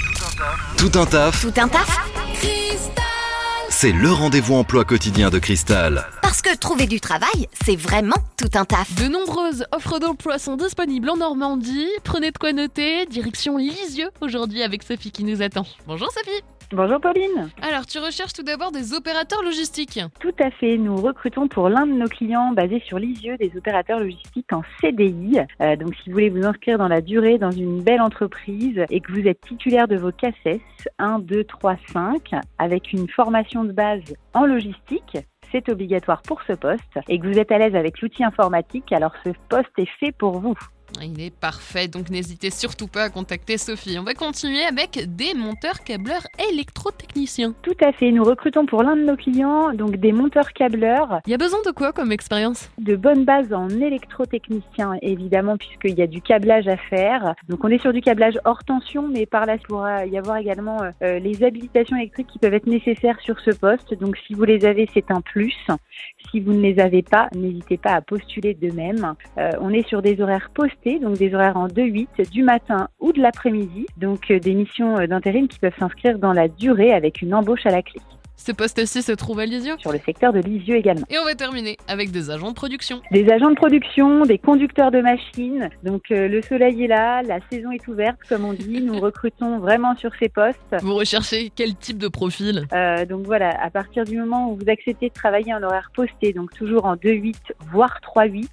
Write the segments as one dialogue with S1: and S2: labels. S1: Tout un taf,
S2: Tout un taf
S1: c'est le rendez-vous emploi quotidien de Cristal.
S2: Parce que trouver du travail, c'est vraiment tout un taf.
S3: De nombreuses offres d'emploi sont disponibles en Normandie. Prenez de quoi noter. Direction Lisieux aujourd'hui avec Sophie qui nous attend. Bonjour Sophie.
S4: Bonjour Pauline.
S3: Alors tu recherches tout d'abord des opérateurs logistiques.
S4: Tout à fait, nous recrutons pour l'un de nos clients basé sur Lisieux des opérateurs logistiques en CDI. Euh, donc si vous voulez vous inscrire dans la durée dans une belle entreprise et que vous êtes titulaire de vos CACES 1, 2, 3, 5 avec une formation de base en logistique, c'est obligatoire pour ce poste et que vous êtes à l'aise avec l'outil informatique, alors ce poste est fait pour vous.
S3: Ah, Il est parfait, donc n'hésitez surtout pas à contacter Sophie. On va continuer avec des monteurs câbleurs électrotechniciens.
S4: Tout à fait, nous recrutons pour l'un de nos clients donc des monteurs câbleurs
S3: Il y a besoin de quoi comme expérience
S4: de bonnes bases en électrotechnicien, évidemment, puisqu'il y a du câblage à faire. Donc, on est sur du câblage hors tension, mais par là, il pourra y avoir également euh, euh, les habilitations électriques qui peuvent être nécessaires sur ce poste. Donc, si vous les avez, c'est un plus. Si vous ne les avez pas, n'hésitez pas à postuler de même. Euh, on est sur des horaires postés, donc des horaires en 2-8, du matin ou de l'après-midi. Donc, euh, des missions euh, d'intérim qui peuvent s'inscrire dans la durée avec une embauche à la clé.
S3: Ce poste-ci se trouve à Lisieux.
S4: Sur le secteur de Lisieux également.
S3: Et on va terminer avec des agents de production.
S4: Des agents de production, des conducteurs de machines. Donc, euh, le soleil est là, la saison est ouverte, comme on dit. Nous recrutons vraiment sur ces postes.
S3: Vous recherchez quel type de profil
S4: Euh, donc voilà, à partir du moment où vous acceptez de travailler en horaire posté, donc toujours en 2-8, voire 3-8,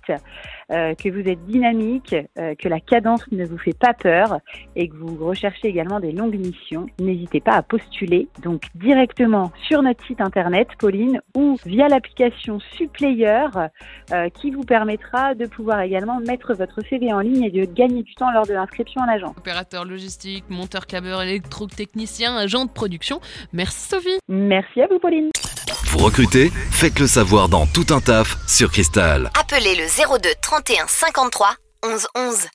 S4: euh, que vous êtes dynamique, euh, que la cadence ne vous fait pas peur et que vous recherchez également des longues missions, n'hésitez pas à postuler donc directement sur notre site internet, Pauline, ou via l'application Supplayer euh, qui vous permettra de pouvoir également mettre votre CV en ligne et de gagner du temps lors de l'inscription en agence.
S3: Opérateur logistique, monteur câbleur électrotechnicien, agent de production. Merci Sophie.
S4: Merci à vous, Pauline.
S1: Vous recrutez Faites le savoir dans Tout un taf sur Cristal.
S2: Appelez le 02 31 53 11 11.